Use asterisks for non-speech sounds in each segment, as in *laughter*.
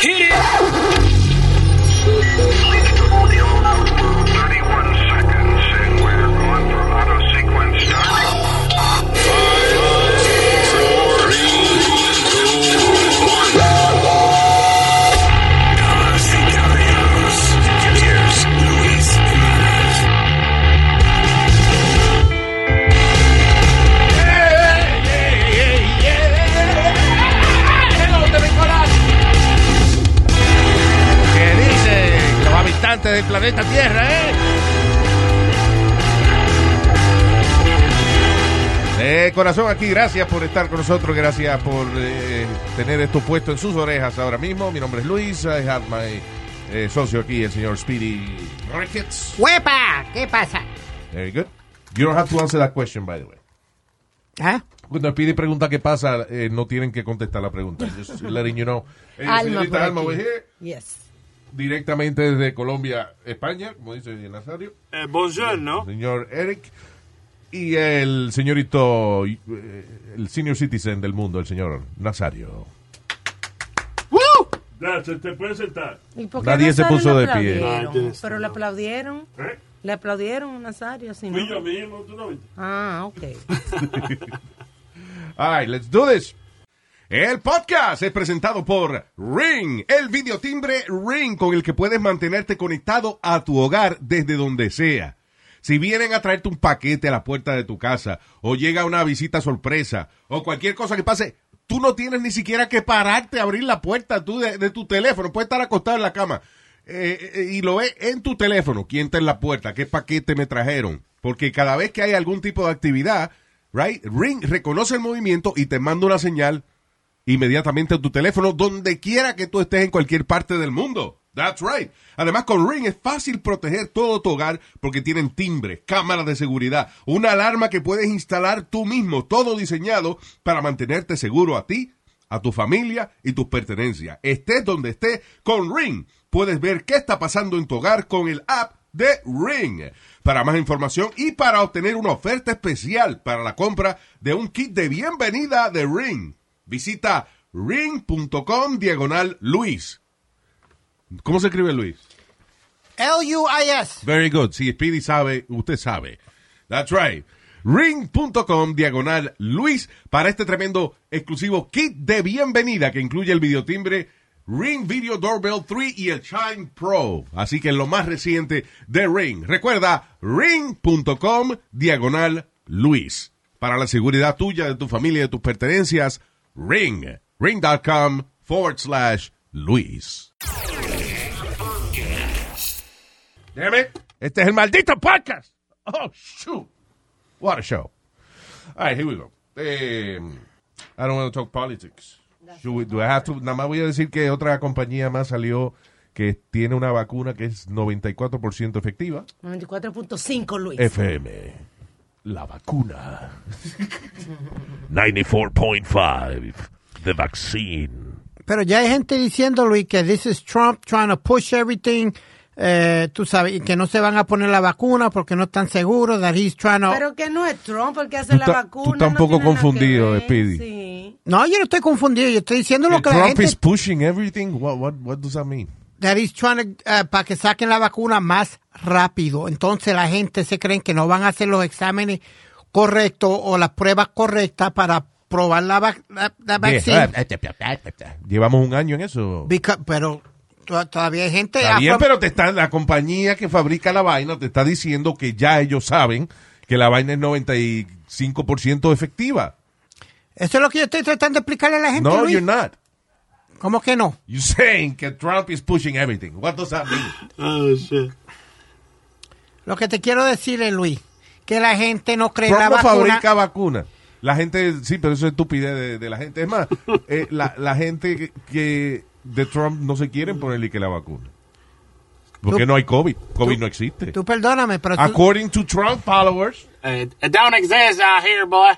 Hit it! que dicen los habitantes del planeta Tierra, ¿eh? Eh, corazón aquí, gracias por estar con nosotros, gracias por eh, tener esto puesto en sus orejas ahora mismo. Mi nombre es Luis, I have my eh, socio aquí, el señor Speedy Ricketts. ¡Huepa! ¿Qué pasa? Very good. You don't have to answer that question, by the way. ¿Ah? Cuando Speedy pregunta qué pasa, eh, no tienen que contestar la pregunta. Just letting you know. *laughs* Eh, Alma señorita por Alma, aquí. we're here. Yes. directamente desde Colombia, España, como dice Nazario, Eh, bonjour, ¿no? el señor Eric, y el señorito, eh, el senior citizen del mundo, el señor Nazario. Gracias, te puedes sentar. ¿Y por qué Nadie se Nazario puso le de pie. aplaudieron? Nadie se- Pero le aplaudieron. ¿Eh? Le aplaudieron, Nazario. Si Fui yo no. mismo, tú no viste. Ah, *laughs* ok. All right, let's do this. El podcast es presentado por Ring, el videotimbre Ring con el que puedes mantenerte conectado a tu hogar desde donde sea. Si vienen a traerte un paquete a la puerta de tu casa, o llega una visita sorpresa, o cualquier cosa que pase, tú no tienes ni siquiera que pararte a abrir la puerta tú de, de tu teléfono. Puedes estar acostado en la cama eh, eh, y lo ves en tu teléfono. ¿Quién está en la puerta? ¿Qué paquete me trajeron? Porque cada vez que hay algún tipo de actividad, right, Ring reconoce el movimiento y te manda una señal inmediatamente a tu teléfono, donde quiera que tú estés en cualquier parte del mundo. That's right. Además, con Ring es fácil proteger todo tu hogar porque tienen timbres, cámaras de seguridad, una alarma que puedes instalar tú mismo, todo diseñado para mantenerte seguro a ti, a tu familia y tus pertenencias. Estés donde estés, con Ring puedes ver qué está pasando en tu hogar con el app de Ring. Para más información y para obtener una oferta especial para la compra de un kit de bienvenida de Ring. Visita ring.com diagonal Luis. ¿Cómo se escribe Luis? L-U-I-S. Very good. Si Speedy sabe, usted sabe. That's right. Ring.com diagonal Luis para este tremendo exclusivo kit de bienvenida que incluye el videotimbre Ring Video Doorbell 3 y el Chime Pro. Así que lo más reciente de Ring. Recuerda, ring.com diagonal Luis. Para la seguridad tuya, de tu familia, de tus pertenencias, ring. Ring.com forward slash Luis. Damn it. Este es el maldito podcast. Oh, shoot. What a show. All right, here we go. Eh, I don't want to talk politics. Should we- do I have to? Nada más voy a decir que otra compañía más salió que tiene una vacuna que es 94% efectiva. 94.5, Luis. Eh, FM. La vacuna. 94.5, the vaccine. Pero ya hay gente diciendo, Luis, que this is Trump trying to push everything. eh, tú sabes, y que no se van a poner la vacuna porque no están seguros. That he's trying to- Pero que no es Trump el que hace Tú la ta- vacuna. tú no tampoco tiene nada que confundido, ver. Speedy. Sí. no, yo no estoy confundido. Yo estoy diciendo lo que la Trump gente. is pushing everything. What, what, what does that mean? that he's trying to, eh, para que saquen la vacuna más rápido. Entonces la gente se creen que no van a hacer los exámenes correctos o las pruebas correctas para probar la, vac- la, la vacuna. eh, Llevamos un año en eso. Beca- pero to- todavía hay gente. Está bien, afro- pero te está, la compañía que fabrica la vaina te está diciendo que ya ellos saben que la vaina es 95% efectiva. Eso es lo que yo estoy tratando de explicarle a la gente. No, Luis. you're not. ¿Cómo que no? You're saying que Trump is pushing everything. What does that mean? Oh, shit. Lo que te quiero decir es, Luis, que la gente no cree en Trump la no vacuna. fabrica vacunas. La gente, sí, pero eso es estupidez de, de la gente. Es *laughs* más, eh, la, la gente que- que de Trump no se quieren ponerle que la vacuna. Porque Tú- no hay COVID. COVID no existe. Tú perdóname, pero tú- According to Trump followers, It, it Eh, don't exist out here, boy.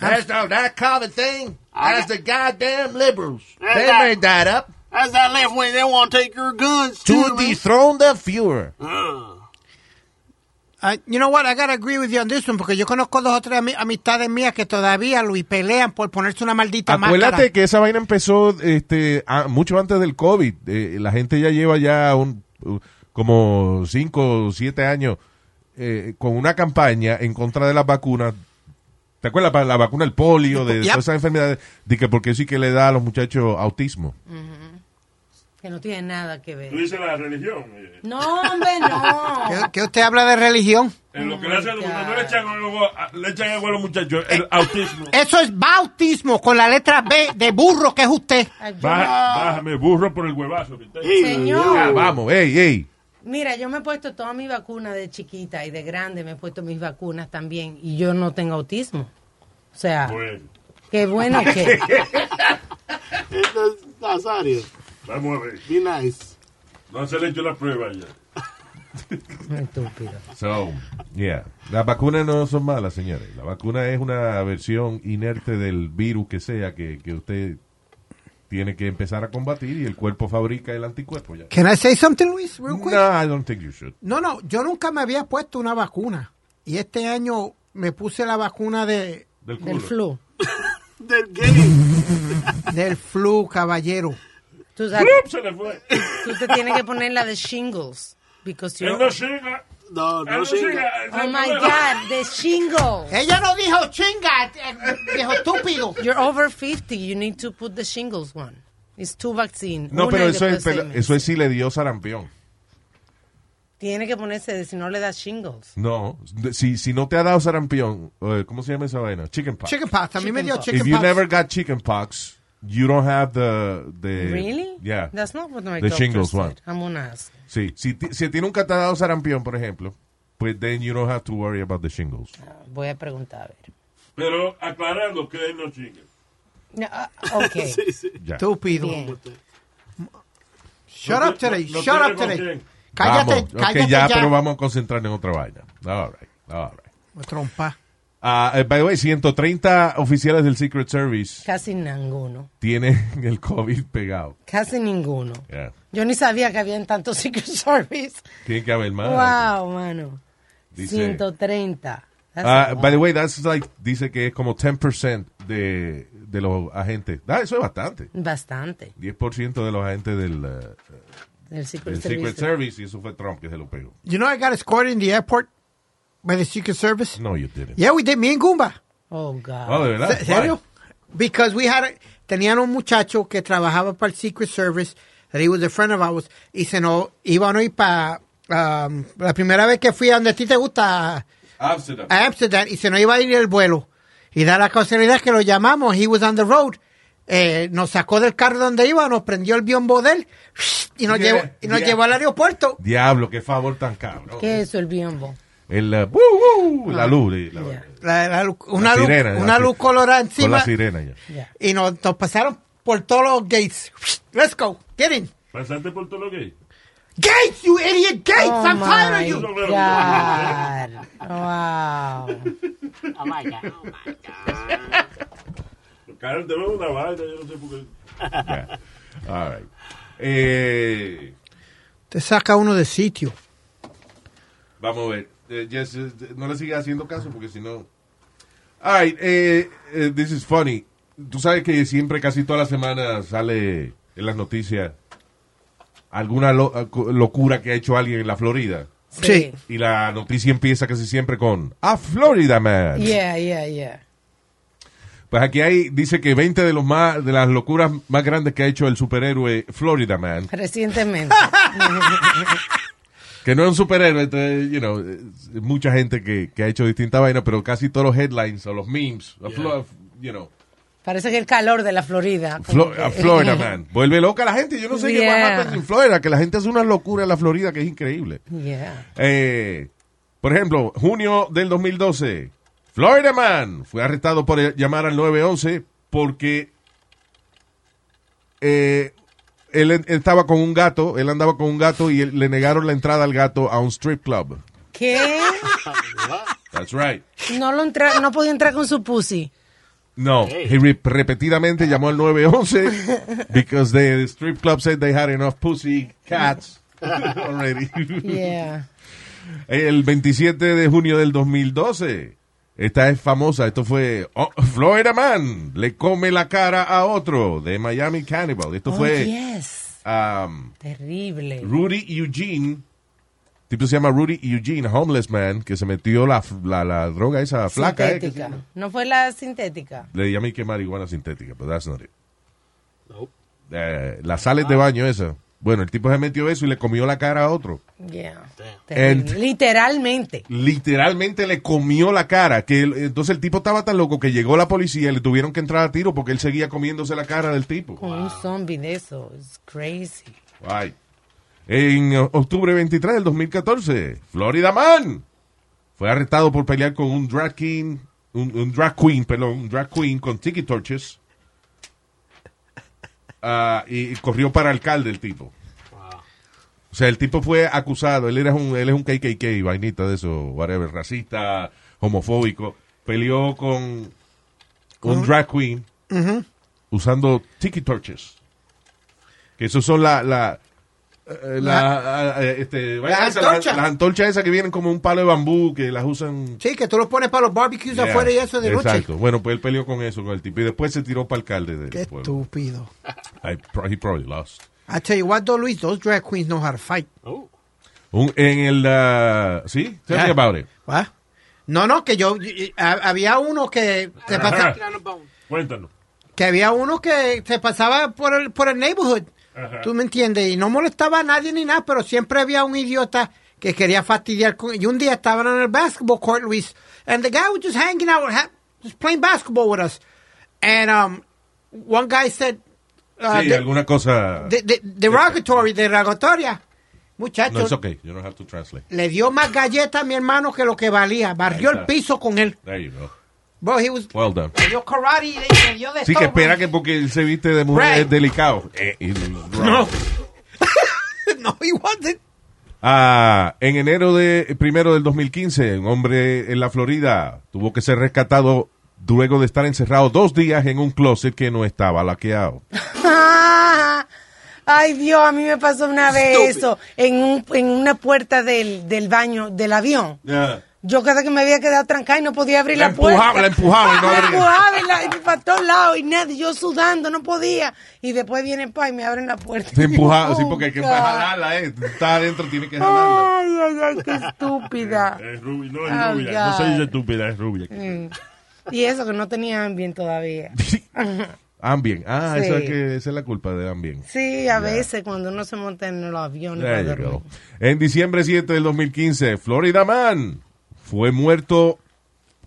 that's not that COVID thing. That's the goddamn liberals. They made that up. That's that left wing. They want to take your guns too. Oh. to dethrone the Fuhrer. Uh, you know what? I gotta agree with you on this one porque yo conozco dos o tres ami- amistades mías que todavía Luis pelean por ponerse una maldita máscara. Acuérdate que esa vaina empezó este, a- mucho antes del COVID. Eh, la gente ya lleva ya un, u- como 5 o 7 años eh, con una campaña en contra de las vacunas. ¿Te acuerdas? Para la vacuna del polio, de Yep. todas esas enfermedades. De que porque sí que le da a los muchachos autismo. Que no tiene nada que Tú ver. dices la religión. eh. No, hombre, no. ¿Qué, *laughs* qué usted habla de religión? En lo que Oh le my hacen, cuando no God. le echan algo, a- le echan algo a los muchachos, el autismo. Eso es bautismo con la letra B de burro que es usted. Ay, yo Baja- no. bájame, Ah, burro por el huevazo que tengo. Ah, Mm. Señor. vamos, ey, ey. Mira, yo me he puesto toda mi vacuna de chiquita y de grande me he puesto mis vacunas también y yo no tengo autismo. O sea, Bueno, qué bueno *laughs* que... Entonces, Nazario, vamos a ver. be nice. No se le hecho la prueba ya. Estúpido. So, yeah. Las vacunas no son malas, señores. La vacuna es una versión inerte del virus que sea que, que usted tiene que empezar a combatir y el cuerpo fabrica el anticuerpo ya. Can I say something, Luis, real quick? No, I don't think you should. No, no, yo nunca me había puesto una vacuna. Y este año me puse la vacuna de, Del culo. Del flu. Del gay. del flu, caballero. Tú, sabes, Se le fue. tú te tienes que poner la de shingles. Because Él you're... no siga. No, Él Eh, no no llega. siga. Oh, my God, de shingles. Ella no dijo chinga, eh, *laughs* dijo estúpido. You're over 50, you need to put the shingles one. It's two vaccine. No, Una pero y eso es, después pero seis eso es meses. si le dio sarampión. Tiene que ponerse de si no le da shingles. No, de- si, si no te ha dado sarampión, eh, ¿cómo se llama esa vaina? Chicken pox. Chicken pox, a mí me dio Chickenpox. If chicken you pox. never got chicken pox, you don't have the, the Really? Eh, Yeah. That's not what my The doctor shingles said. one. I'm gonna ask. Sí, si, ti- si a ti nunca te ha dado sarampión, por ejemplo, pues then you don't have to worry about the shingles. Voy a preguntar a ver. Pero aclarando que él no siga. No, ah, *laughs* okay. Ya. Estúpido. Bien. Shut up today, No- no shut up tiene con today. quién. Cállate, Vamos. Ok, cállate ya, ya. pero vamos a concentrarnos en otra vaina. All right, all right. Me trompa. Ah, eh, by the way, 130 oficiales del Secret Service Casi ninguno. tienen *laughs* el COVID pegado. Casi ninguno. Yeah. Yo ni sabía que habían tantos Secret Service. Tiene que haber más. Wow, mano. Ah. Dice- 130. That's Ah, a lot. by the way, that's like, dice que es como 10% de, de los agentes. Ah, eso es bastante. Bastante. 10% de los agentes del, eh, El Secret del Service. Secret Service y eso fue Trump que se lo pegó. You know I got escorted in the airport by the Secret Service? No, you didn't. Yeah, we did, me and Goomba. Oh, God. Oh, de verdad. ¿En serio? Because we had, a- tenían un muchacho que trabajaba para el Secret Service, that he was a friend of ours, y se nos iban a ir para, la primera vez que fui a donde a ti te gusta, Amsterdam. a Amsterdam, y se nos iba a ir el vuelo. Y da la casualidad que lo llamamos, he was on the road, eh, nos sacó del carro donde iba, nos prendió el biombo de él, y nos, Yeah, llevó, y nos yeah. llevó al aeropuerto. Diablo, qué favor tan cabrón. ¿Qué es eso, el biombo? El, eh, ¡bu, bu! la luz. eh, la- Ya, La- la lu- una la luz, sirena, una la- luz colorada Con la encima, sirena ya. ya. y nos, nos pasaron por todos los gates. Let's go, get in. ¿Pasaste por todo lo gay? Gates, you idiot Gates, Oh, I'm tired of my you. God. Wow. Oh my god. Oh my god. Claro, te veo una vaina, yo no sé por qué. Ya. All right. Eh, Te saca uno de sitio. vamos a ver. Eh, Jess, eh, no le sigas haciendo caso porque si no. All right. eh, eh, this is funny. Tú sabes que siempre, casi todas las semanas, sale en las noticias alguna lo- eh, locura que ha hecho alguien en la Florida. Sí. Y la noticia empieza casi siempre con A Florida Man. Yeah, yeah, yeah. Pues aquí hay, dice que 20 de los más, de las locuras más grandes que ha hecho el superhéroe Florida Man, *laughs* Recientemente. que no es un superhéroe, entonces, you know, es- es mucha gente que, que ha hecho distintas vainas, pero casi todos los headlines o los memes, a Flo- you know, Parece que el calor de la Florida. como Flo- que- a *laughs* Florida Man, vuelve loca la gente, yo no sé qué va a Yeah. pasar en Florida, que la gente hace una locura en la Florida que es increíble. Yeah. Eh, por ejemplo, junio del 2012, Florida Man fue arrestado por llamar al 911 porque eh, él, él estaba con un gato, él andaba con un gato y él- le negaron la entrada al gato a un strip club. ¿Qué? That's right. No, lo entra no podía entrar con su pussy. No, he re- repetidamente llamó al *laughs* 911 because the *laughs* strip club said they had enough pussy cats already. Yeah. El 27 de junio del 2012. Esta es famosa. Esto fue oh, Florida Man. Le come la cara a otro de Miami Cannibal. Esto Oh, fue yes. um, Terrible. Rudy Eugene. El tipo se llama Rudy Eugene, homeless man, que se metió la, la, la droga esa flaca. eh, que se Sintética. llama. No fue la sintética. Le llamé que marihuana sintética, pero that's not it. Nope. Eh, las sales de baño esa. Bueno, el tipo se metió eso y le comió la cara a otro. Yeah. Damn. Terrible. Literalmente. literalmente le comió la cara. Que el- entonces el tipo estaba tan loco que llegó la policía y le tuvieron que entrar a tiro porque él seguía comiéndose la cara del tipo. Con un zombie de eso. It's crazy. Ay. En eh, octubre 23 del 2014, Florida Man fue arrestado por pelear con un drag king, un, un drag queen, perdón, un drag queen con tiki *laughs* torches. Ah, y, y corrió para alcalde el tipo. O sea, el tipo fue acusado, él era un él es un KKK, vainita de eso, whatever, racista, homofóbico, peleó con un drag queen usando tiki torches. Que esos son la la eh, la, eh, este, vaina esa, las, antorchas. las antorchas esas que vienen como un palo de bambú que las usan Sí, que tú lo pones para los barbecues Yeah, afuera y eso de noche. Exacto. Bueno, pues él peleó con eso, con el tipo. Y después se tiró para alcalde del Qué pueblo. estúpido. I pro- he probably lost. I tell you what, though, Luis, those drag queens know how to fight. Oh. Un- en el... ah, ¿Sí? Tell me Yeah. about it. What? No, no, que yo, y- y- ha- había uno que se pasa- on the bone. Cuéntanos. que había uno que se pasaba por el, por el neighborhood, tú me entiendes, y no molestaba a nadie ni nada, pero siempre había un idiota que quería fastidiar con, y un día estaban en el basketball court, Luis, and the guy was just hanging out, ha- just playing basketball with us, and um, one guy said, uh, sí, de- alguna cosa... de- de- derogatory, derogatoria, muchacho, no, es okay. You don't have to translate. le dio más galleta a mi hermano que lo que valía, barrió el piso con él, There you go. bro, he was, Well done. le dio karate, y le, le dio de Sí, todo, que espera bro. que *laughs* porque él se viste de mujer Oh, Right. es delicado. Eh, y- No. no, he wasn't. Ah, en enero de primero del 2015, un hombre en la Florida tuvo que ser rescatado luego de estar encerrado dos días en un closet que no estaba laqueado. Ah, Ay, Dios, a mí me pasó una vez eso en, un- en una puerta del, del baño del avión. Yo cada que me había quedado trancada y no podía abrir La la, empujaba, puerta. la empujaba y no *laughs* La abría. empujaba y la- y para todos lados y nada, y yo sudando, no podía. Y después viene pa y me abren la puerta. Se empujaba, sí, Oh, porque hay que God. jalarla, eh. Está adentro, tiene que *laughs* jalarla. Ay, ay, ay, qué estúpida. Es rubia, no es Oh, rubia. No se God. dice estúpida, es rubia. Mm. Y eso que no tenía bien todavía. Ambien. Ah, Sí. esa, es que, esa es la culpa de Ambien. Sí, a veces cuando uno se monta en los aviones. There para you go. dormir. En diciembre 7 del 2015, Florida Man fue muerto,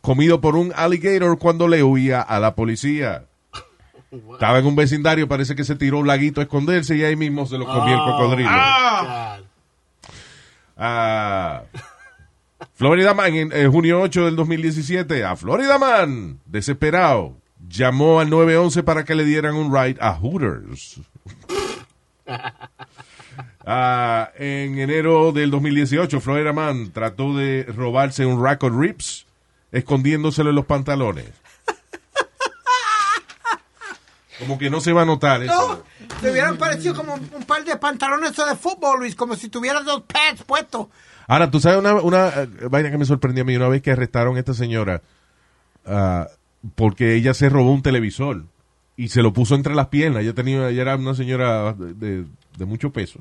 comido por un alligator cuando le huía a la policía. Estaba en un vecindario, parece que se tiró un laguito a esconderse y ahí mismo se lo comió el cocodrilo. God. a Florida Man en eh, junio 8 del 2017. A Florida Man, desesperado, llamó al 911 para que le dieran un ride a Hooters. Ah, en enero del 2018, Florida Man trató de robarse un rack of ribs escondiéndoselo en los pantalones. Como que no se va a notar eso. No, te hubieran parecido como un un par de pantalones esos de fútbol, Luis, como si tuvieras dos pads puestos. Ahora, tú sabes una, una, eh, vaina que me sorprendió a mí una vez que arrestaron a esta señora ah, porque ella se robó un televisor y se lo puso entre las piernas. Ella, tenía, ella era una señora de, de- de mucho peso.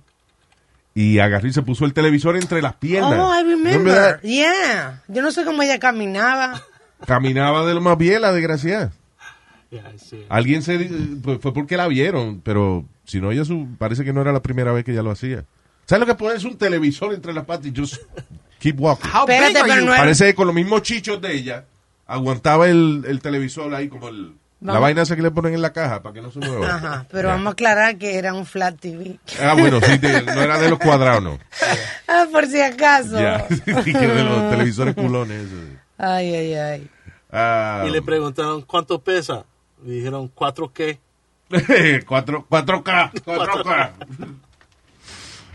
Y agarró y se puso el televisor entre las piernas. Oh, I Remember that? remember. Yeah. Yo no sé cómo ella caminaba. Caminaba de lo más bien, la desgraciada. Yeah, I see. Alguien se... eh, Fue, fue porque la vieron, pero si no, ella su- parece que no era la primera vez que ella lo hacía. ¿Sabes lo que pones un televisor entre las patas y just keep walking? How big Espérate, are pero you? no era- Parece que con los mismos chichos de ella, aguantaba el, el televisor ahí como el, la Vamos. vaina esa que le ponen en la caja para que no se mueva. Ajá, pero Oh. Ya. vamos a aclarar que era un flat TV. Ah, bueno, sí, de- no era de los cuadrados, no. *laughs* Ah, por si acaso. Ya, *laughs* dije de los televisores culones. esos. Ay, ay, ay. Ah, Y le preguntaron cuánto pesa. Y dijeron 4K. *laughs* 4, 4K, 4K.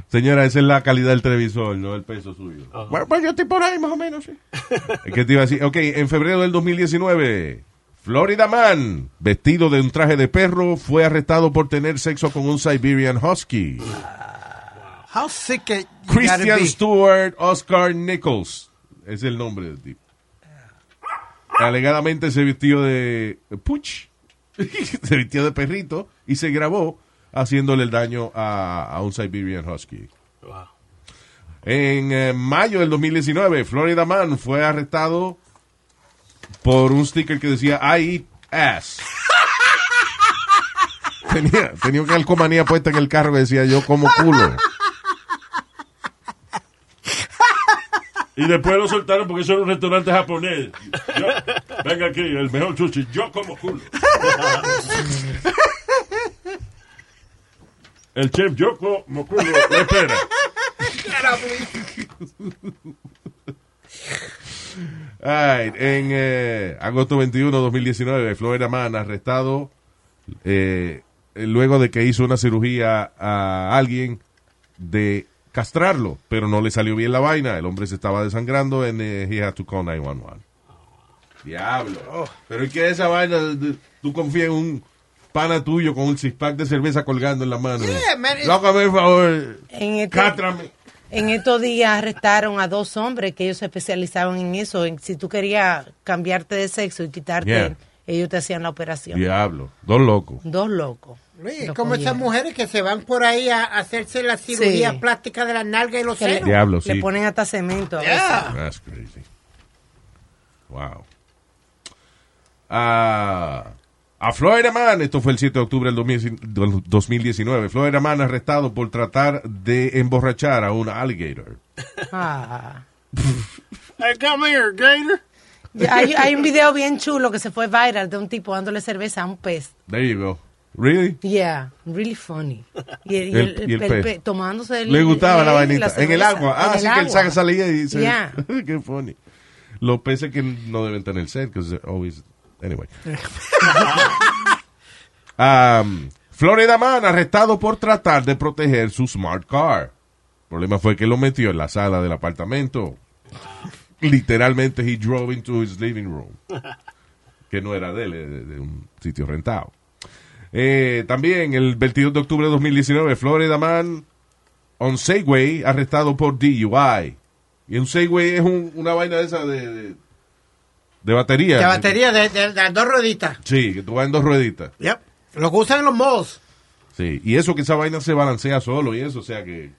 Señora, esa es la calidad del televisor, no el peso suyo. Bueno, pues yo estoy por ahí más o menos, sí. Es que te iba a decir, ok, en febrero del 2019, Florida Man, vestido de un traje de perro, fue arrestado por tener sexo con un Siberian Husky. How sick it you gotta Christian be. Stewart Oscar Nichols. Es el nombre del tipo. Ah. Alegadamente se vistió de Puch, *laughs* se vistió de perrito y se grabó haciéndole el daño a, a un Siberian Husky. Wow. En eh, mayo del 2019, Florida Man fue arrestado por un sticker que decía I eat *laughs* ass. Tenía, tenía una calcomanía puesta en el carro que decía yo como culo. Y después lo soltaron porque eso era un restaurante japonés. Yo- venga aquí, el mejor sushi. Yo como culo. El chef yo como culo le espera. Alright, en eh, agosto 21, 2019, Florida Man arrestado eh, luego de que hizo una cirugía a alguien de castrarlo, pero no le salió bien la vaina. El hombre se estaba desangrando en eh, He Had to Call 911. Diablo. Oh. Pero ¿y qué es esa vaina? de- de- Tú confías en un pana tuyo con un six pack de cerveza colgando en la mano. Yeah, man, it's- Loco, por favor. En este- Cátrame. En estos días arrestaron a dos hombres que ellos se especializaban en eso. En, si tú querías cambiarte de sexo y quitarte, Yeah. ellos te hacían la operación. Diablo. Dos locos. Dos locos. Oye, Los como esas cogieron. mujeres que se van por ahí a hacerse la cirugía Sí. plástica de la nalga y los Que le- senos. Diablo, Le sí. ponen hasta cemento. a veces. Yeah. That's crazy. Wow. Ah, a Florida Man, esto fue el 7 de octubre del 2000 del 2019. Florida Man arrestado por tratar de emborrachar a un alligator. Ah. Hey, come here, Gator. Hay, hay un video bien chulo que se fue viral de un tipo dándole cerveza a un pez. There you go. Really? Yeah, really funny. Y el, y El- el- y el el pez. pe- tomándose el- Le gustaba el- la vainita. en el cerveza. agua. Ah, En sí el que el agua. saca salía y dice. *laughs* Yeah. Qué funny. Los peces que no deben tener sed, because they're always. Anyway. *laughs* Um, Florida Man arrestado por tratar de proteger su smart car. El problema fue que lo metió en la sala del apartamento. Literalmente, he drove into his living room. Que no era de él, era de- de un sitio rentado. Eh, también el 22 de octubre de 2019, Florida Man on Segway arrestado por DUI. Y un Segway es un- una vaina de esa de, de, de batería. La batería de, de- de las dos rueditas. Sí, que tú vas en dos rueditas. Yep. Lo que usan en los malls. Sí, y eso que esa vaina se balancea solo y eso, o sea que...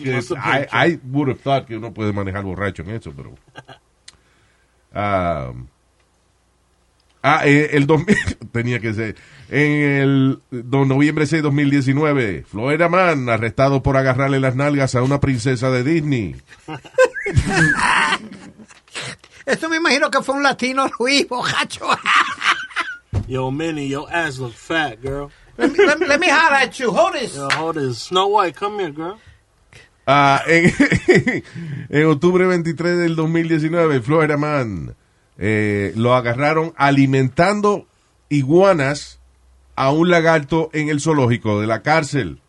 que es- I, I would have thought que uno puede manejar borracho en eso, pero... Ah, ah, eh, el 2000... *laughs* Tenía que ser... En el do- noviembre 6 de 2019, Florida Man arrestado por agarrarle las nalgas a una princesa de Disney. Eso me imagino que fue un latino *laughs* Luis, bojacho. Yo, Minnie, your ass look fat, girl. *laughs* let, me, let, me- let me holler at you. Hold this. Yo, hold this. Snow White, come here, girl. Ah, en, *laughs* en octubre 23 del 2019, Florida Man eh, lo agarraron alimentando iguanas a un lagarto en el zoológico de la cárcel.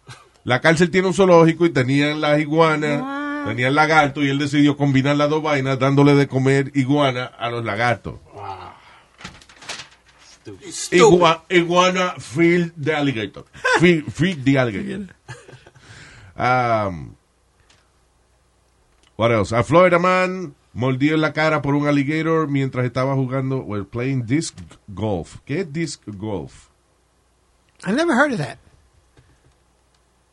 La cárcel tiene un zoológico y tenían las iguanas, tenían lagarto y él decidió combinar las dos vainas dándole de comer iguana a los lagartos. Igua- iguana feed the alligator. Feed, feed the alligator. Um, what else? A Florida man mordido en la cara por un alligator mientras estaba jugando, well, playing disc golf. ¿Qué es disc golf? I never heard of that.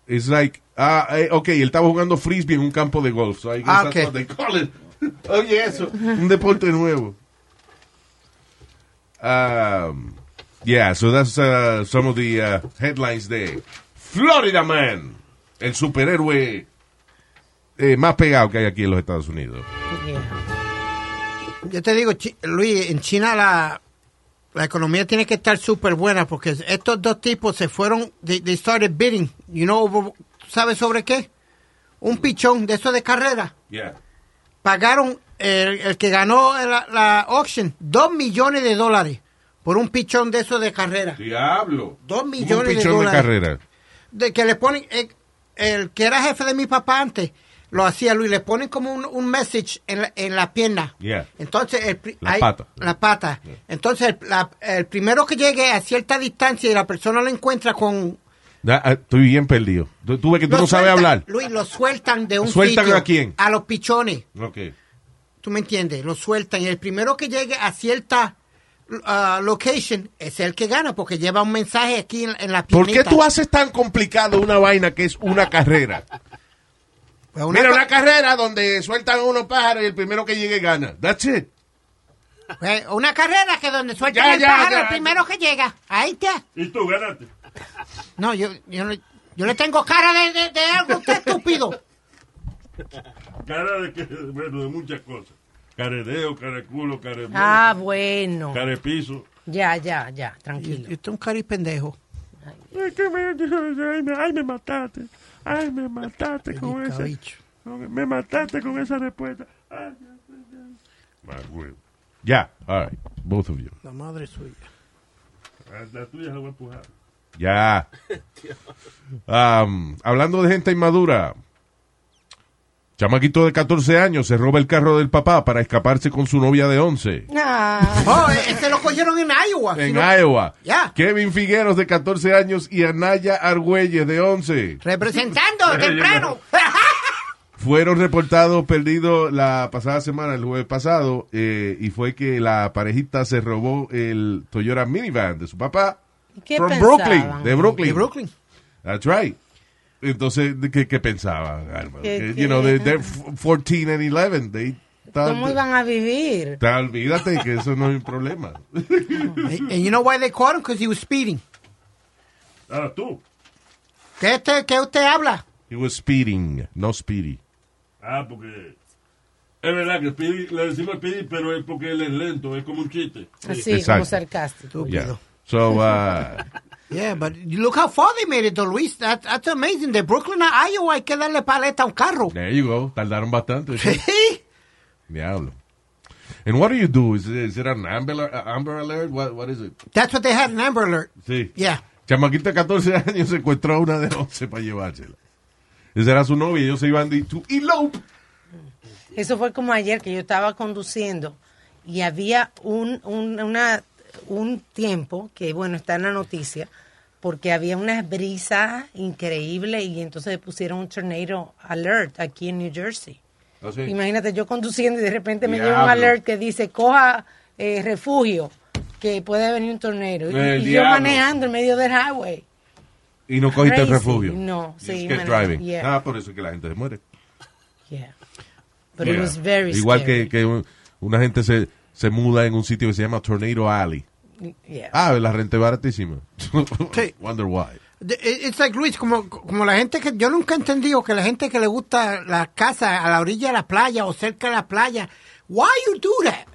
It's like, ah, eh, ok, él estaba jugando frisbee en un campo de golf. So I guess Ah, that's ok. what they call it. *laughs* Oye, eso, un deporte nuevo. Um, yeah, so that's uh, some of the uh, headlines de Florida Man, el superhéroe eh, más pegado que hay aquí en los Estados Unidos. Yeah. Yo te digo, Chi- Luis, en China la, la economía tiene que estar súper buena porque estos dos tipos se fueron, they, they started bidding. You know, over- ¿sabes sobre qué? Un pichón de esos de carrera. Yeah. Pagaron, el, el que ganó la, la auction, dos millones de dólares por un pichón de esos de carrera. Diablo. Dos millones Como un de pichón de, dólares. carrera. de que le ponen eh, el, que era jefe de mi papá antes lo hacía Luis le ponen como un, un message en la, en la pierna Yeah. entonces el, pri- La pata. la pata entonces el, la- el primero que llegue a cierta distancia y la persona lo encuentra con Da- ah, Estoy bien perdido. Tú, tú ves que tú no sabes hablar. Luis, lo sueltan de un ¿Sueltan sitio. a quién? A los pichones. Ok. ¿Tú me entiendes? Lo sueltan. Y el primero que llegue a cierta ah, location es el que gana porque lleva un mensaje aquí en, en la ¿Por qué piernita. tú haces tan complicado una vaina que es una carrera? Pues *laughs* una Mira, co- una carrera donde sueltan unos pájaros y el primero que llegue gana. That's it. pues una carrera que donde sueltan Ya, el ya, pájaro ya, el primero que llega. Ahí está. Y tú ganaste. No, yo, yo, no- yo le tengo cara de, de, de algo usted *laughs* estúpido. Cara de que, bueno, de muchas cosas. Caredeo, careculo, caremulo, Ah, bueno. carepiso. Ya, ya, ya, Yo, tranquilo. yo tengo un cari pendejo. Ay, me, mataste. Ay, me mataste con esa. Cabicho. Me mataste con esa respuesta. Ya. All right. Both of you. La madre suya. La tuya la voy a empujar. *laughs* Ya. Am, hablando de gente inmadura. Chamaquito de 14 años se roba el carro del papá para escaparse con su novia de 11. Ah, Oh, ese lo cogieron en Iowa. si En no- Iowa. Ya. Kevin Figueros de 14 años y Anaya Argüelles de 11. *laughs* Representando temprano. Fueron reportados perdidos la pasada semana, el jueves pasado, eh, y fue que la parejita se robó el Toyota minivan de su papá. ¿Qué From pensaban? Brooklyn, de Brooklyn. De Brooklyn. That's right. Entonces, ¿de ¿qué, qué pensaban, Alma? ¿Qué- Que, qué? You know, they- they're f- 14 and 11. They, ¿cómo tal, iban a vivir? tal, olvídate que eso no es un problema. And, and you know why they caught him? Because he was speeding. Ahora tú. ¿Qué, este, ¿Qué usted habla? He was speeding, no speedy. Ah, porque. Es verdad que Speedy- le decimos Speedy, pero es porque él es lento, es como un chiste. Así, Exacto. como sarcástico. Yeah. So, uh, Yeah, but look how far they made it, though, Luis. That, that's amazing. De Brooklyn a Iowa hay que darle paleta a un carro. there you go. Tardaron bastante. *laughs* Sí. Diablo. And what do you do? Is, is it an amber, amber alert? What, what is it? That's what they had an Amber Alert. Sí. Yeah. Chamaquita de 14 *laughs* años secuestró a una de 11 para llevársela. Esa era su novia. Ellos se iban de to elope. Eso fue como ayer que yo estaba conduciendo y había un, un, una- un tiempo que, bueno, está en la noticia, porque había unas brisas increíbles y entonces pusieron un tornado alert aquí en New Jersey. Imagínate yo conduciendo y de repente me llega un Diablo. alert que dice, coja eh, refugio, que puede venir un tornado. El Y- Y, yo Eh, diablo. manejando en medio del highway. Y no cogiste el Crazy. refugio. No, You sí, just man, kept driving. yeah. Ah, por eso es que la gente se muere. Yeah. But it Yeah. was very Igual scary. que, que un- una gente se, se muda en un sitio que se llama Tornado Alley. Yeah. Ah, la renta es baratísima. Sí. *laughs* Wonder why. The- it- eh, It's like, Luis, como, como la gente que... Yo nunca he entendido que la gente que le gusta la casa a la orilla de la playa o cerca de la playa, why you do that?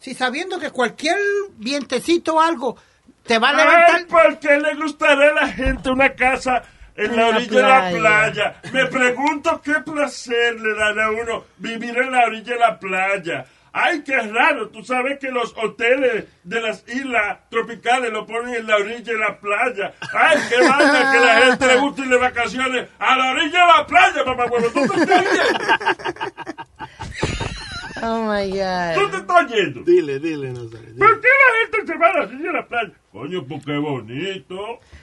Si sabiendo que cualquier vientecito o algo te va a Ay, levantar... ¿por qué le gustará a la gente una casa en la En la orilla de la playa? playa. Me pregunto qué placer le dará a uno vivir en la orilla de la playa. Ay, qué raro. Tú sabes que los hoteles de las islas tropicales lo ponen en la orilla de la playa. Ay, qué vaina que la gente le gusta ir de vacaciones a la orilla de la playa, papá huevo. ¿Tú te estás yendo? Oh, my ¿Tú God. te estás yendo? Dile, dile, Nazaret. dile. ¿Por qué la gente se va a la orilla de la playa? Coño, porque es bonito.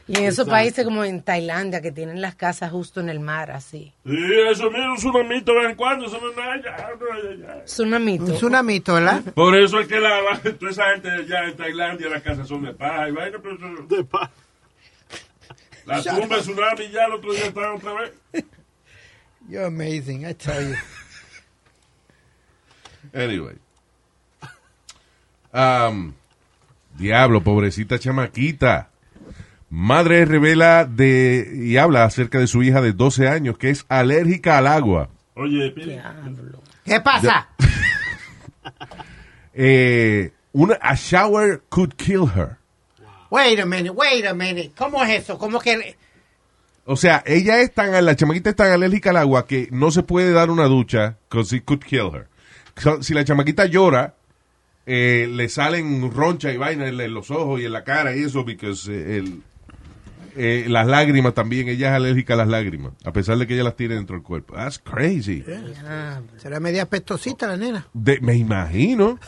Y en esos países como en Tailandia, que tienen las casas justo en el mar, así. Sí, eso mira, un tsunamito de vez en cuando, eso no es nada, ya, no, ya, ya. Tsunamito. Un tsunamito, ¿verdad? Por eso es que la, toda esa gente allá en Tailandia, las casas son de paja y vaina, pero eso- De pa- la tumba de tsunami ya el otro día estaba otra vez. *laughs* You're amazing, I tell you. Anyway. Um, diablo, pobrecita chamaquita. Madre revela de y habla acerca de su hija de 12 años que es alérgica al agua. Oye, Piri, Diablo. ¿Qué pasa? Eh, una, a shower could kill her. Wait a minute, wait a minute. ¿Cómo es eso? ¿Cómo que...? O sea, ella es tan, la chamaquita es tan alérgica al agua que no se puede dar una ducha because it could kill her. So, si la chamaquita llora, eh, le salen ronchas y vainas en, en los ojos y en la cara y eso because eh, el- eh, las lágrimas también, ella es alérgica a las lágrimas, a pesar de que ella las tiene dentro del cuerpo. That's crazy. Diablo. Será media pestosita la nena. De- me imagino.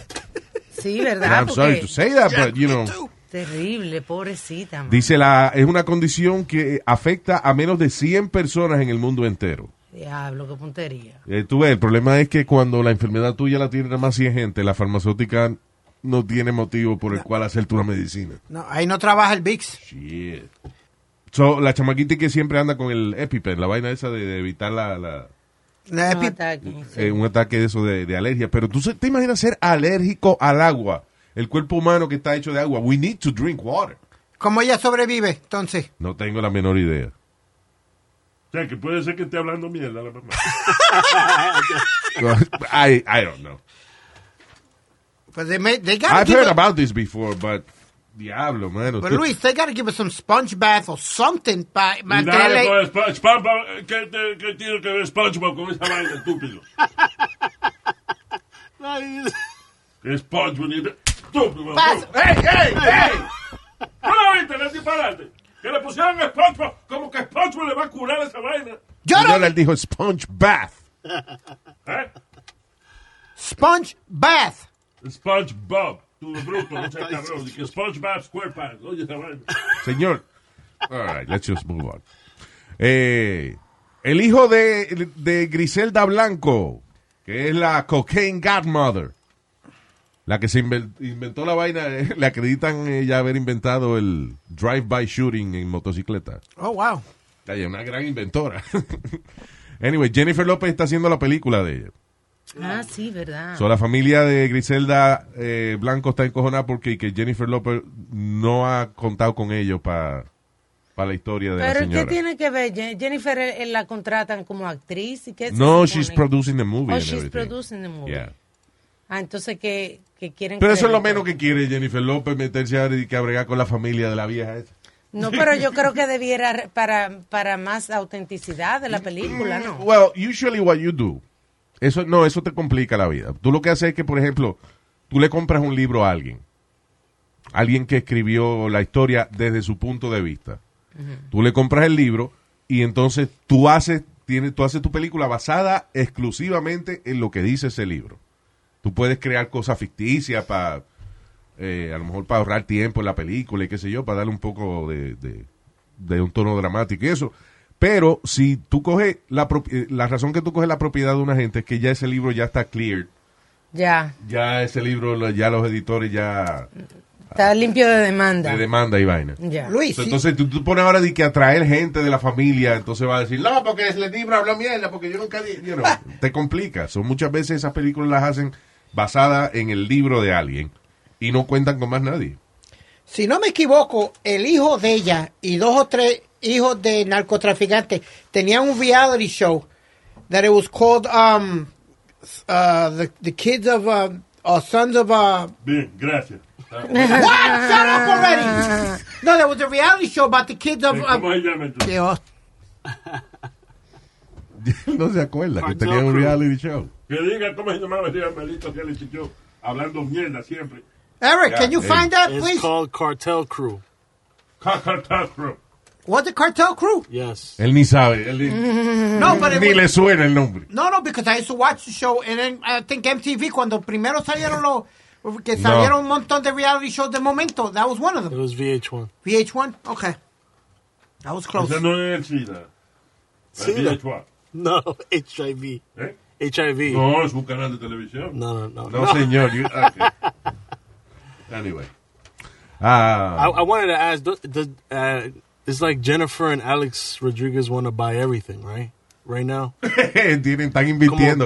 Sí, And ¿verdad? I'm sorry ah, Porque to say that, but you know. Terrible, pobrecita. man. Dice, la, es una condición que afecta a menos de 100 personas en el mundo entero. Diablo, qué puntería. Eh, tú ves, el problema es que cuando la enfermedad tuya la tiene nada más 100 gente, la farmacéutica no tiene motivo por el cual hacerte una medicina. No, ahí no trabaja el VIX. Shit. So, la chamaquita que siempre anda con el EpiPen, la vaina esa de, de evitar la, la- La Un epi- ataque, sí. eh, un ataque de eso de, de alergia. Pero tú se- te imaginas ser alérgico al agua. El cuerpo humano que está hecho de agua. We need to drink water. ¿Cómo ella sobrevive entonces? No tengo la menor idea. O sea, que puede ser que esté hablando mierda la mamá. *laughs* I, I don't know. Pues they, may- they gotta I've give heard her- about this before, but... Diablo, mano. But Tú- Luis, they gotta give her some sponge bath or something para Y dale mantenerle. con Spo- SpongeBob, ¿qué, te- qué tiene que ver SpongeBob con esa vaina estúpido? Que SpongeBob y- estúpido. Pasa. ¡Ey, ey, ey! ¿No la viste? Le disparate. Que le pusieron a SpongeBob, como que SpongeBob le va a curar esa vaina. Yo Yo no. le dijo sponge bath. ¿Eh? Sponge bath. SpongeBob. Tú, bruto, no seas cabrón. Y que SpongeBob SquarePants. Oye, esa vaina. Señor. All right, let's just move on. Eh, el hijo de, de Griselda Blanco, que es la cocaine godmother, la que se inven- inventó la vaina, eh, le acreditan ella haber inventado el drive-by shooting en motocicleta. Oh, wow. Ella es una gran inventora. *laughs* anyway, Jennifer López está haciendo la película de ella. Ah, sí, verdad. So, la familia de Griselda eh, Blanco está encojonada porque que Jennifer López no ha contado con ellos para la historia de la Pero señora. ¿qué tiene que ver? Je- Jennifer eh, eh, la contratan como actriz y qué se No, supone? she's producing the movie. Oh, and she's everything. producing the movie. Yeah. Ah, entonces que, que quieren Pero eso es lo ver? menos que quiere Jennifer López, meterse a y que a bregar con la familia de la vieja esa. No, pero yo creo que debiera re- para para más autenticidad de la película, ¿no? Mm, Well, usually what you do. Eso, no, eso te complica la vida. Tú lo que haces es que, por ejemplo, tú le compras un libro a alguien. Alguien que escribió la historia desde su punto de vista. Tú le compras el libro y entonces tú haces, tiene, tú haces tu película basada exclusivamente en lo que dice ese libro. Tú puedes crear cosas ficticias para, a lo mejor para ahorrar tiempo en la película y qué sé yo, para darle un poco de, de- de un tono dramático y eso. Pero si tú coges, la, prop- eh, la razón que tú coges la propiedad de una gente es que ya ese libro ya está cleared. Ya, Ya ese libro, lo- ya los editores ya está limpio de demanda. de demanda y vaina. Ya. Luis, sí. Entonces tú, tú pones ahora de que atraer gente de la familia, entonces va a decir, no, porque ese libro habló mierda, porque yo nunca di-", *laughs* you know. te complica. Son muchas veces esas películas las hacen basadas en el libro de alguien y no cuentan con más nadie. *laughs* si no me equivoco, el hijo de ella y dos o tres hijos de narcotraficantes tenían un reality show that it was called um, uh, the, the Kids of uh, or Sons of *laughs* uh, Bien, gracias. Ah, What? Shut up already! No, there was a reality show about the kids of. ¿Cómo of se llama entonces? de host- no se acuerda que tenía un reality show. Que diga cómo se llamaba ese maldito que le chichó, hablando mierda siempre. Eric, can you hey. find that, It's please? called Cartel Crew. Cacatastro. Was it Cartel Crew? Yes. Él ni sabe, él ni, Mm. No, but it ni was, le suena el nombre. no, no, because I used to watch the show, and then I think MTV cuando primero salieron los que salieron un montón de reality shows de momento, that was one of It them. was VH1. VH1, okay, that was close. Ese no es el SIDA. El SIDA. VH1, *laughs* No, HIV. ¿eh? HIV. No, No, es un canal de televisión. no, no. No, señor. you- okay. Anyway. Ah, *laughs* I, I wanted to ask, do- does, uh, it's like Jennifer and Alex Rodriguez want to buy everything, right? Right now? tienen, están invirtiendo.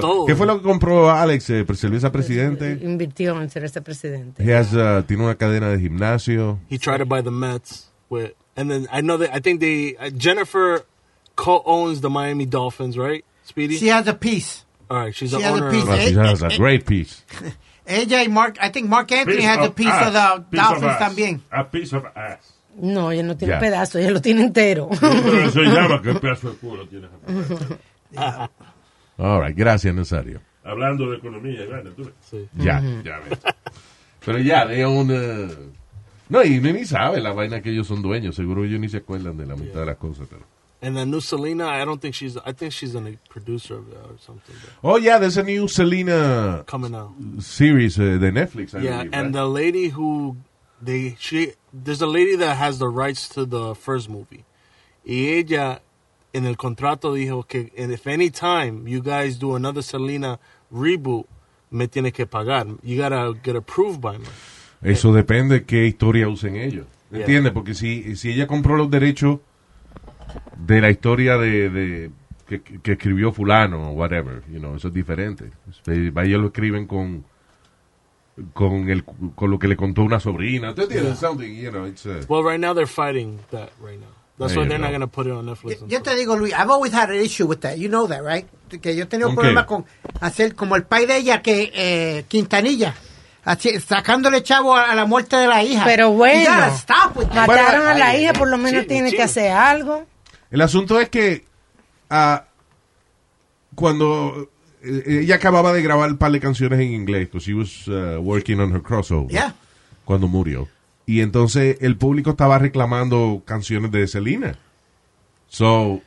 Como todo. ¿Qué fue lo que compró Alex? Eh, cerveza presidente. Invirtió en ser ese presidente. He has, uh, tiene una cadena de gimnasio. He tried to buy the Mets with, and then I know that I think they uh, Jennifer co-owns the Miami Dolphins, right? Speedy. She has a piece. All right, she's she the has a owner. piece. Of, Well, she has a great piece. AJ Mark, I think Mark Anthony Piece has a of piece of ass, the piece of Dolphins ass, también. A piece of ass. No, ella no tiene Ya. un pedazo, ella lo tiene entero. *laughs* Pero se llama que pedazo de culo tienes. All right, gracias, Nazario. Hablando de economía, Iván, tú ves. Ya, ya ves. Pero ya, de un... uh, No, y ni, ni sabe la vaina que ellos son dueños. Seguro ellos ni se acuerdan de la mitad de las cosas. Pero... and then new Selena, I don't think she's. I think she's a producer of that or something. But Oh, yeah, there's a new Selena coming out. series uh, de Netflix. I Yeah, believe, and right? the lady who they she there's a lady that has the rights to the first movie. Y ella en el contrato dijo que and if any time you guys do another Selena reboot, me tiene que pagar. You gotta get approved by me. Eso depende qué historia usen ellos. ¿Entiendes? Porque si, si ella compró los derechos de la historia de, de- que, que escribió fulano o whatever, you know, eso es diferente. Eh, Ellos lo escriben con con el con lo que le contó una sobrina. ¿Tú entiendes? Something, you know, it's a- Well, right now they're fighting that right now. That's There why you they're go. not gonna put it on Netflix. Yo, yo te digo, Luis, I've always had an issue with that. You know that, right? Que yo he tenido ¿Con problemas qué? con hacer como el pai de ella, que eh, Quintanilla, así, sacándole chavo a, a la muerte de la hija. Pero You bueno. gotta stop with that. Mataron a la ay, hija, por lo menos sí, tiene sí. que hacer algo. El asunto es que ah, cuando eh, ella acababa de grabar un par de canciones en inglés, because she was uh, working on her crossover, Yeah. cuando murió. Y entonces el público estaba reclamando canciones de Selena. So,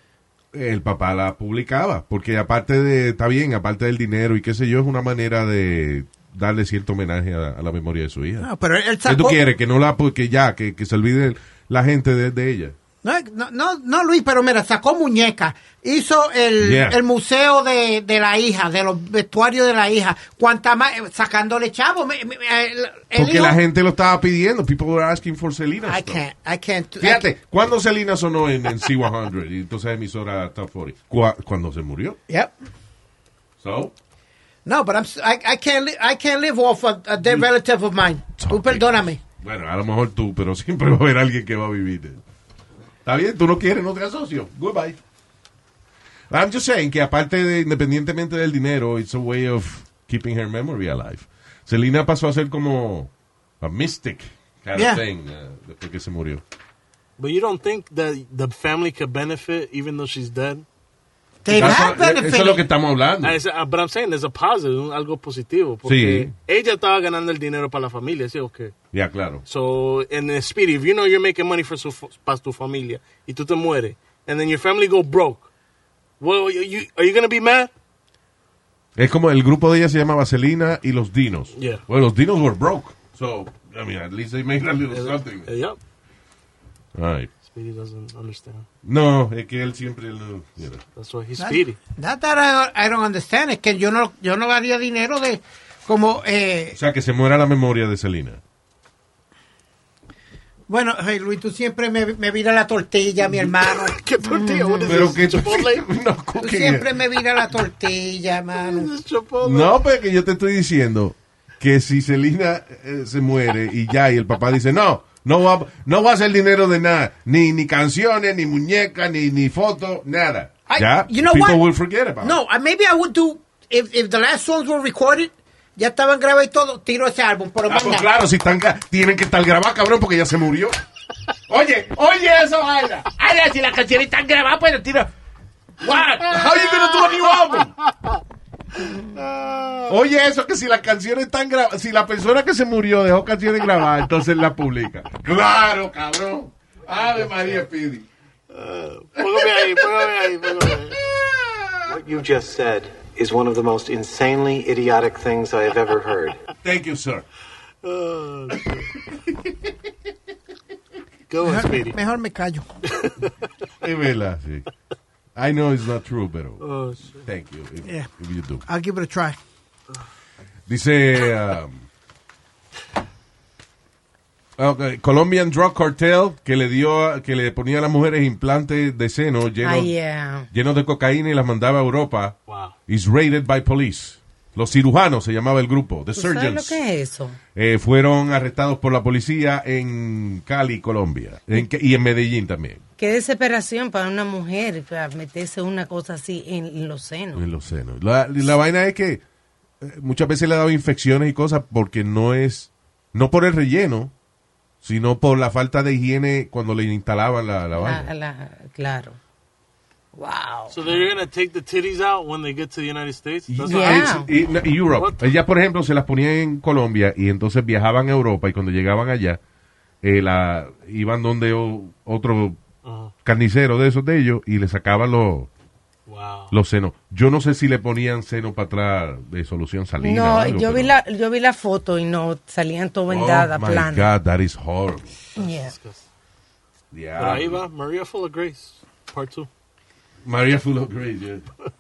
el papá la publicaba, porque aparte de, está bien, aparte del dinero y qué sé yo, es una manera de darle cierto homenaje a, a la memoria de su hija. No, pero él ¿Qué tú sacó- quieres? Que no la, porque ya, que, que se olvide la gente de, de ella. No, no, no, no, Luis, pero mira, sacó muñeca. Hizo el, Yeah. el museo de, de la hija, de los vestuarios de la hija. Cuanta más, eh, sacándole chavo. me- me- el- el Porque hijo- la gente lo estaba pidiendo. People were asking for Selena. I stuff. can't, I can't. do- I Fíjate, can't- ¿cuándo Selena sonó en, en C100? Y entonces emisora Top 40. Cua- cuando se murió. Yep. So, No, but I'm, s- I, I can't, li- I can't live off a, a Mm. dead relative of mine. Tú perdóname. bueno, a lo mejor tú, pero siempre va a haber alguien que va a vivir. de- Está bien, tú no quieres, no te asocio. Goodbye. I'm just saying que aparte de, independientemente del dinero, it's a way of keeping her memory alive. Selena pasó a ser como a mystic kind Yeah. of thing uh, después que se murió. But you don't think that the family could benefit even though she's dead? They That's have what- eso es lo que benefited. estamos hablando. I said, uh, but I'm saying there's a positive, un- algo positivo. Porque Sí. ella estaba ganando el dinero para la familia, ¿sí o qué? Ya, claro. So, and then Speedy, if you know you're making money for su, para tu familia, y tú te mueres, and then your family go broke, well, you, you, are you going to be mad? Es como el grupo de ella se llama Vaselina y los Dinos. Yeah. Well, los Dinos were broke. So, I mean, at least they made a little something. Uh, yep. All right. Speedy doesn't understand. No, es que él siempre lo... you know. That's why he's Not- Speedy. Not that I, don't- I don't understand. Es que yo no, yo no daría dinero de, como, eh, O sea, que se muera la memoria de Selena. bueno, hey, Luis, tú siempre me, me viras la tortilla, Mm-hmm. mi hermano. ¿Qué tortilla? What is Pero this? que... *laughs* Chipotle? *laughs* no, Tú cooking. siempre me viras la tortilla, What mano. is this, Chipotle? No, pero que yo te estoy diciendo que si Selena eh, se muere y ya, y el papá dice, no, no va, no va a ser dinero de nada. Ni, ni canciones, ni muñecas, ni, ni fotos, nada. I- ya, you know people what? will forget about it. No, I- maybe I would do, if, if the last songs were recorded, ya estaban grabados y todo, tiro ese álbum, pero Ah, más pues nada. claro, si están ca- tienen que estar grabados, cabrón, porque ya se murió. Oye, oye eso, vaina. Ahora, si las canciones están grabadas, pues lo tiro. What? How you gonna do a new album? Oye eso, que si las canciones están grabadas, si la persona que se murió dejó canciones grabadas, entonces la publica. Claro, cabrón. Ave María Pidi. Póngame ahí, póngame ahí, póngame ahí. What you just said is one of the most insanely idiotic things I have ever heard. Thank you, sir. *laughs* Go on, Speedy. Mejor me callo. Es verdad, sí. I know it's not true, pero Oh, shit. thank you if, Yeah. if you do. I'll give it a try. Dice um, ok, Colombian Drug Cartel que le dio a- que le ponía a las mujeres implantes de seno llenos, Ay, eh, yeah. llenos de cocaína y las mandaba a Europa. Wow. Is raided by police. Los cirujanos se llamaba el grupo, The ¿Tú sabes lo Surgeons. que es eso? Eh, fueron arrestados por la policía en Cali, Colombia, en- y en Medellín también, Qué desesperación para una mujer para meterse una cosa así en, en los senos. en los senos. La, la vaina es que eh, muchas veces le ha dado infecciones y cosas porque no es, no por el relleno, sino por la falta de higiene cuando le instalaban la, la vaina. La- la- claro. Wow. So they're going to take the titties out when they get to the United States? That's Yeah. what- It's- y- no, y Europe. Ellas, por ejemplo, se las ponían en Colombia y entonces viajaban a Europa y cuando llegaban allá, eh, la, iban donde o- otro Ajá. carnicero de esos de ellos y le sacaban los Wow. Los senos. Yo no sé si le ponían seno para atrás de solución salina. o No, algo, yo vi, pero- la, yo vi la foto y no salían todo vendada, Oh my plana. God, that is horrible. Yeah. Pero ahí Yeah. va, Maria Full of Grace, part 2. Maria full of grace. yeah.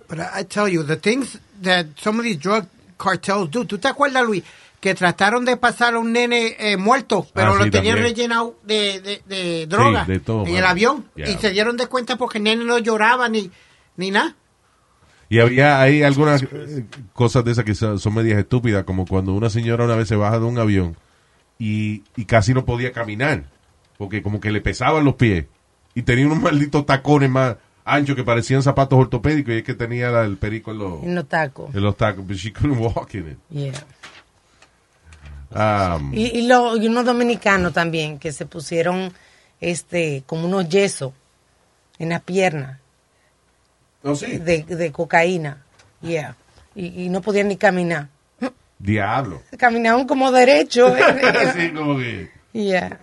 But I I tell you, the things that some of these drug cartels do. ¿Tú te acuerdas, Luis? Que trataron de pasar a un nene eh, muerto, pero Ah, lo sí, tenían también. rellenado de, de, de droga de todo, en mano. el avión. Yeah. Y se dieron de cuenta porque el nene no lloraba ni, ni nada. Y había ahí algunas eh, cosas de esas que son son medias estúpidas, como cuando una señora una vez se baja de un avión y, y casi no podía caminar, porque como que le pesaban los pies y tenía unos malditos tacones más anchos que parecían zapatos ortopédicos y es que tenía la- el perico en los, En los tacos. en los tacos. But she couldn't walk in it. Yeah. Um, Y, y lo- y unos dominicanos también que se pusieron este como unos yesos en las piernas no, sí. de, de cocaína. Yeah. Y, y no podían ni caminar. Diablo. *laughs* Caminaban como derecho. eh, Sí, Oh, como que- yeah.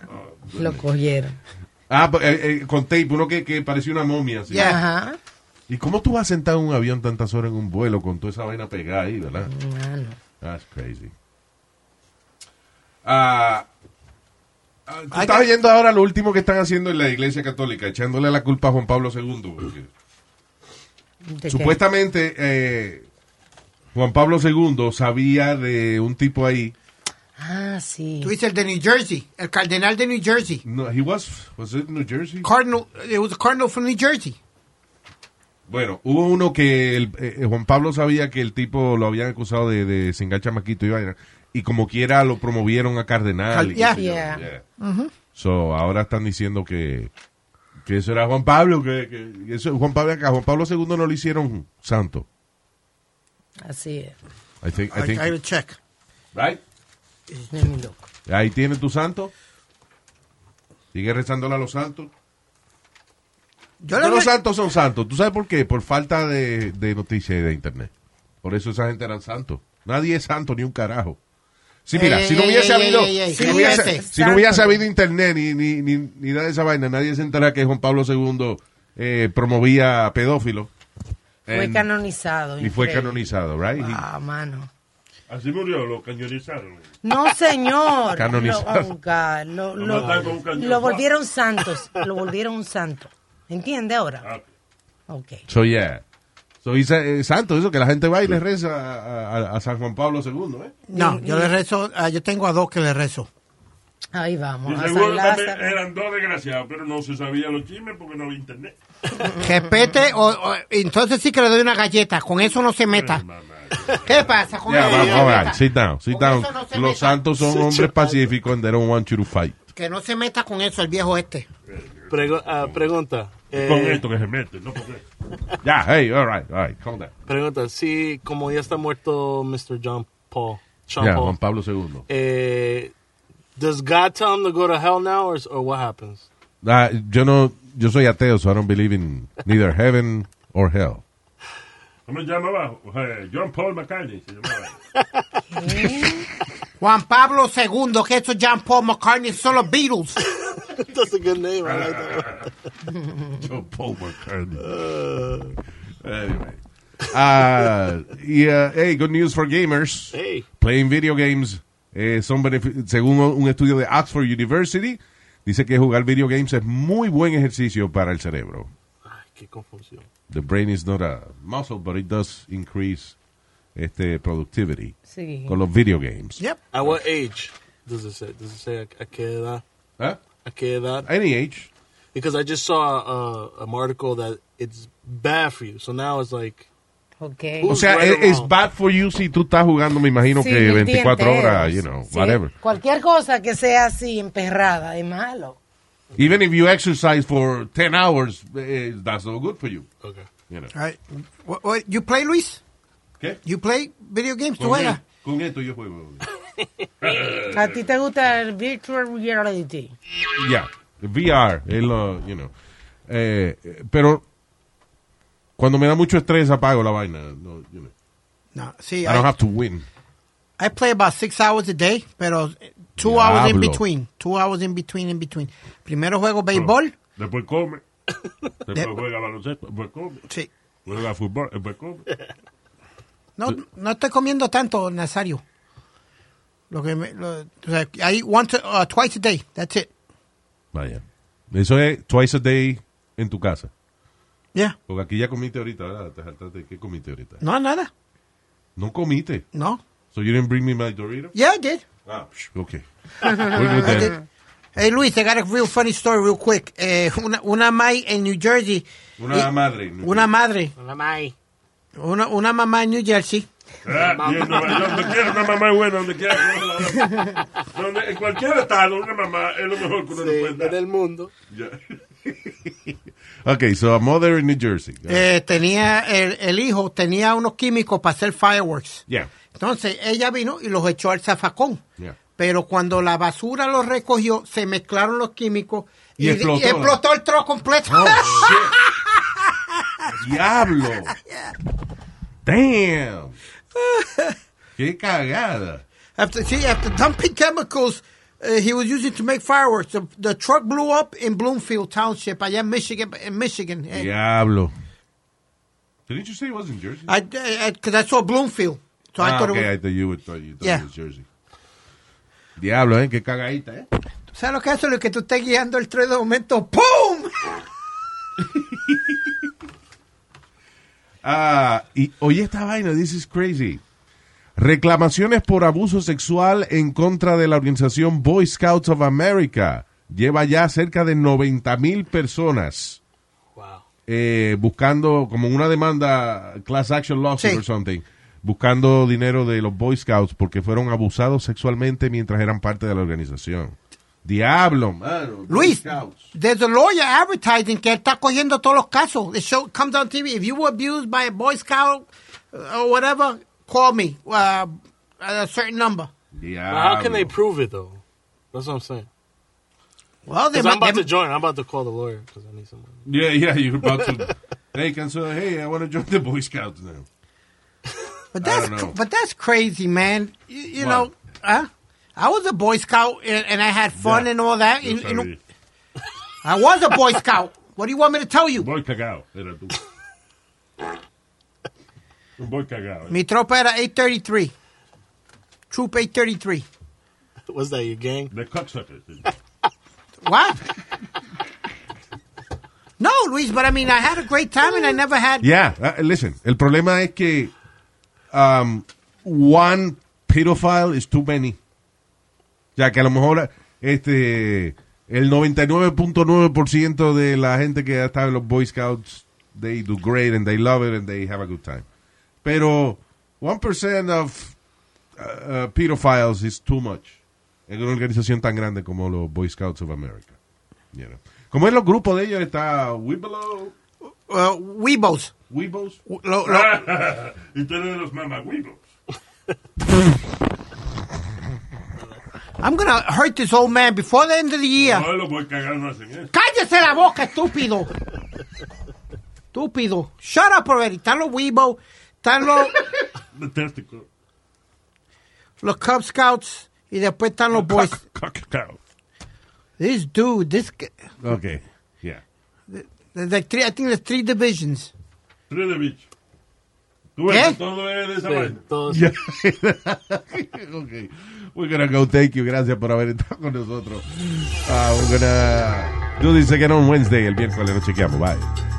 Lo cogieron. Ah, pues, eh, eh, con tape, uno que, que parecía una momia. así. Yeah. Ajá. ¿Y cómo tú vas sentado en un avión tantas horas en un vuelo con toda esa vaina pegada ahí, verdad? Mano. That's crazy. Ah, ah, tú Hay estás que- viendo ahora lo último que están haciendo en la Iglesia Católica, echándole la culpa a Juan Pablo II. porque ¿De qué? supuestamente eh, Juan Pablo II sabía de un tipo ahí. Ah, sí. Tú dices el de New Jersey, el cardenal de New Jersey. No, he was, was it New Jersey? Cardinal, it was a cardinal from New Jersey. Bueno, hubo uno que el- eh, Juan Pablo sabía que el tipo lo habían acusado de, de cingar chamaquito y vaina, y como quiera lo promovieron a cardenal. y Cal- qué sé yo, yeah. yeah. So, ahora están diciendo que, que eso era Juan Pablo, que, que eso, Juan Pablo, que a Juan Pablo II no lo hicieron santo. Así es. I think, I I, think- I gotta check. right? De mi loco. Ahí tiene tu santo. Sigue rezándole a los santos. Yo Pero le- los santos son santos. ¿Tú sabes por qué? Por falta de, de noticias y de internet. Por eso esa gente eran santos. Nadie es santo ni un carajo. Sí, mira, Ey, si no ey, hubiese ey, habido, ey, ey, si ey, no hubiese, cállate. si no hubiese Santo. habido internet ni, ni, ni, ni nada de esa vaina, nadie se entera que Juan Pablo II eh, promovía pedófilo. Fue En- canonizado. Y fue increíble. canonizado, right? He- Ah, mano. Así murió, lo cañonizaron. No, señor. *laughs* Canonizado. Lo, oh, God, lo, Lo lo- mataron con un cañón. lo volvieron santos. Lo volvieron un santo. ¿Entiende ahora? Ah, Ok. So, yeah. So, y sa- eh, santo, eso que la gente va y le reza a, a- a San Juan Pablo II, ¿eh? No, yo le rezo, ah, yo tengo a dos que le rezo. Ahí Y vamos. A San seguro también Lázaro. eran dos desgraciados, pero no se sabían los chismes porque no había internet. Respete, o, o- entonces sí que le doy una galleta, con eso no se meta. ¿Qué pasa con Yeah, eso? vamos, all right, Meta. sit down, sit Con down. eso no se Los meta. santos son hombres pacíficos and they don't want you to fight. Que no se meta con eso el viejo este. Prego- ah, pregunta. eh, Con esto que se mete, no con esto. Yeah, hey, all right, all right, calm down. Pregunta, si como ya está muerto Mr. John Paul, Sean Yeah, um, Paul, Juan Pablo II. eh, does God tell him to go to hell now or, or what happens? Ah, yo no, yo soy ateo, so I don't believe in neither heaven or hell. ¿Cómo se llamaba? Eh, John Paul McCartney se llamaba. Juan Pablo II, que eso es John Paul McCartney, son los Beatles. *laughs* That's a good name. I like that. *laughs* Joe Oh, Paul McCartney. Uh, *laughs* anyway. Ah, y, ah, hey, good news for gamers. Hey. Playing video games eh, son benefi- según un estudio de Oxford University, dice que jugar video games es muy buen ejercicio para el cerebro. Ay, qué confusión. The brain is not a muscle, but it does increase este, productivity Sí. con los video games. Yep. At what age does it say? Does it say a, a qué edad? Huh? A qué edad? ¿Eh? Any age. Because I just saw uh, a, an article that it's bad for you. So now it's like, Ok. O sea, Right or es wrong. bad for you si tú estás jugando, me imagino Sí, que el día 24 entero. horas, you know, Sí. whatever. Cualquier cosa que sea así, emperrada, es malo. Even if you exercise for 10 hours, eh, that's not good for you. okay. you know. All right. What- what- you play, Luis? ¿Qué? You play video games? ¿Tú Con, juegas? con esto yo juego. ¿A ti te gusta el virtual reality? Yeah, VR, es lo, you know. Eh, eh, pero cuando me da mucho estrés apago la vaina. no, you know. No, sí. I don't I, have to win. I play about six hours a day, pero two hours in Diablo. between. Two hours in between, in between. Primero juego béisbol. Después come. Después juega baloncesto. Después come. Sí. Juega fútbol. eh, pues, ¿cómo? No, no estoy comiendo tanto, Nazario. Lo que me, lo, o sea, I eat once, uh, twice a day. That's it. Vaya. Eso es twice a day en tu casa. Yeah. Porque aquí ya comiste ahorita, ¿verdad? Te saltaste. ¿Qué comiste ahorita? No, nada. No comiste. No. So you didn't bring me my Dorito? Yeah, I did. Ah, psh, *laughs* ok. We're good then. Hey, Luis, I got a real funny story real quick. Eh, una, una mai en New Jersey. Una y- madre. Una madre. Hola, May. Una, una mamá en New Jersey. Ah, y en Nueva York, donde quiera una mamá es buena, donde quiera. Donde- en cualquier estado, una mamá es lo mejor que uno le puede dar. del mundo. Ya. *laughs* Ok, so a mother in New Jersey. eh, tenía el, el hijo tenía unos químicos para hacer fireworks. Yeah. Entonces ella vino y los echó al zafacón. Yeah. Pero cuando la basura los recogió, se mezclaron los químicos Y explotó. Oh. explotó el trozo completo. Diablo. *laughs* Damn. Qué cagada. *laughs* after, see, after dumping chemicals uh, he was using to make fireworks, the, the truck blew up in Bloomfield Township, allá en Michigan. En Michigan. Eh, Diablo. Didn't you say it was in Jersey? I, I, I- 'cause I saw Bloomfield. So I ah, thought okay, it was- I thought you would thought you thought Yeah. it was Jersey. Diablo, eh, qué cagadita, eh. ¿Sabes lo que hace? Lo que tú estás guiando el tren de momento, ¡pum! Ah, y oye esta vaina, this is crazy. Reclamaciones por abuso sexual en contra de la organización Boy Scouts of America. Lleva ya cerca de 90 mil personas Wow. eh, buscando, como una demanda, class action lawsuit Sí. or something, buscando dinero de los Boy Scouts porque fueron abusados sexualmente mientras eran parte de la organización. Diablo, mano. Boy Luis, Scouts. there's a lawyer advertising que él está cogiendo todos los casos. The show comes on TV. If you were abused by a Boy Scout uh, or whatever, call me uh, at a certain number. Diablo. Now, how can they prove it, though? That's what I'm saying. Well, they 'Cause I'm might, about they, to join. I'm about to call the lawyer because I need someone. Yeah, yeah, you're about to. They can say, hey, I want to join the Boy Scouts now. I but that's don't know. cr- but that's crazy, man. You, you Wow. know, huh? I was a Boy Scout and, and I had fun Yeah. and all that. You- you know, I was a Boy *laughs* Scout. What do you want me to tell you? Boy cagao, era tú. Un boy cagao. eh. Mi tropa era 833. Troop 833. *laughs* What's that, your gang? The cocksucker. eh. What? no, Luis, but I mean, I had a great time and I never had. Yeah, uh, listen, el problema es que um, one pedophile is too many. Ya que a lo mejor este el 99.9% de la gente que ha estado en los Boy Scouts, they do great and they love it and they have a good time. Pero 1% of uh, uh, pedophiles is too much en una organización tan grande como los Boy Scouts of America. You know. Como en los grupos de ellos está Wibbelow, Uh, Weebos. Weebos, Lo- lo- y tienen los mamagüivos. I'm going to hurt this old man before the end of the year. No, los voy cagando hacen eso. Cállese la boca, estúpido. Estúpido. Shut up already. Están los Weebos. Están los, The testicle. los Cub Scouts. Y después están los Boys. Cacao. This dude, this. g- Okay. Yeah. *laughs* There's like three, I think there's three divisions. Tres de bicho. Tú ves, ¿Qué? que todo es de esa vaina. Todos- okay. We're gonna go. Thank you. Gracias por haber estado con Ah, nosotros. Uh, we're gonna do this again on Wednesday. El miércoles nos chequeamos. Bye.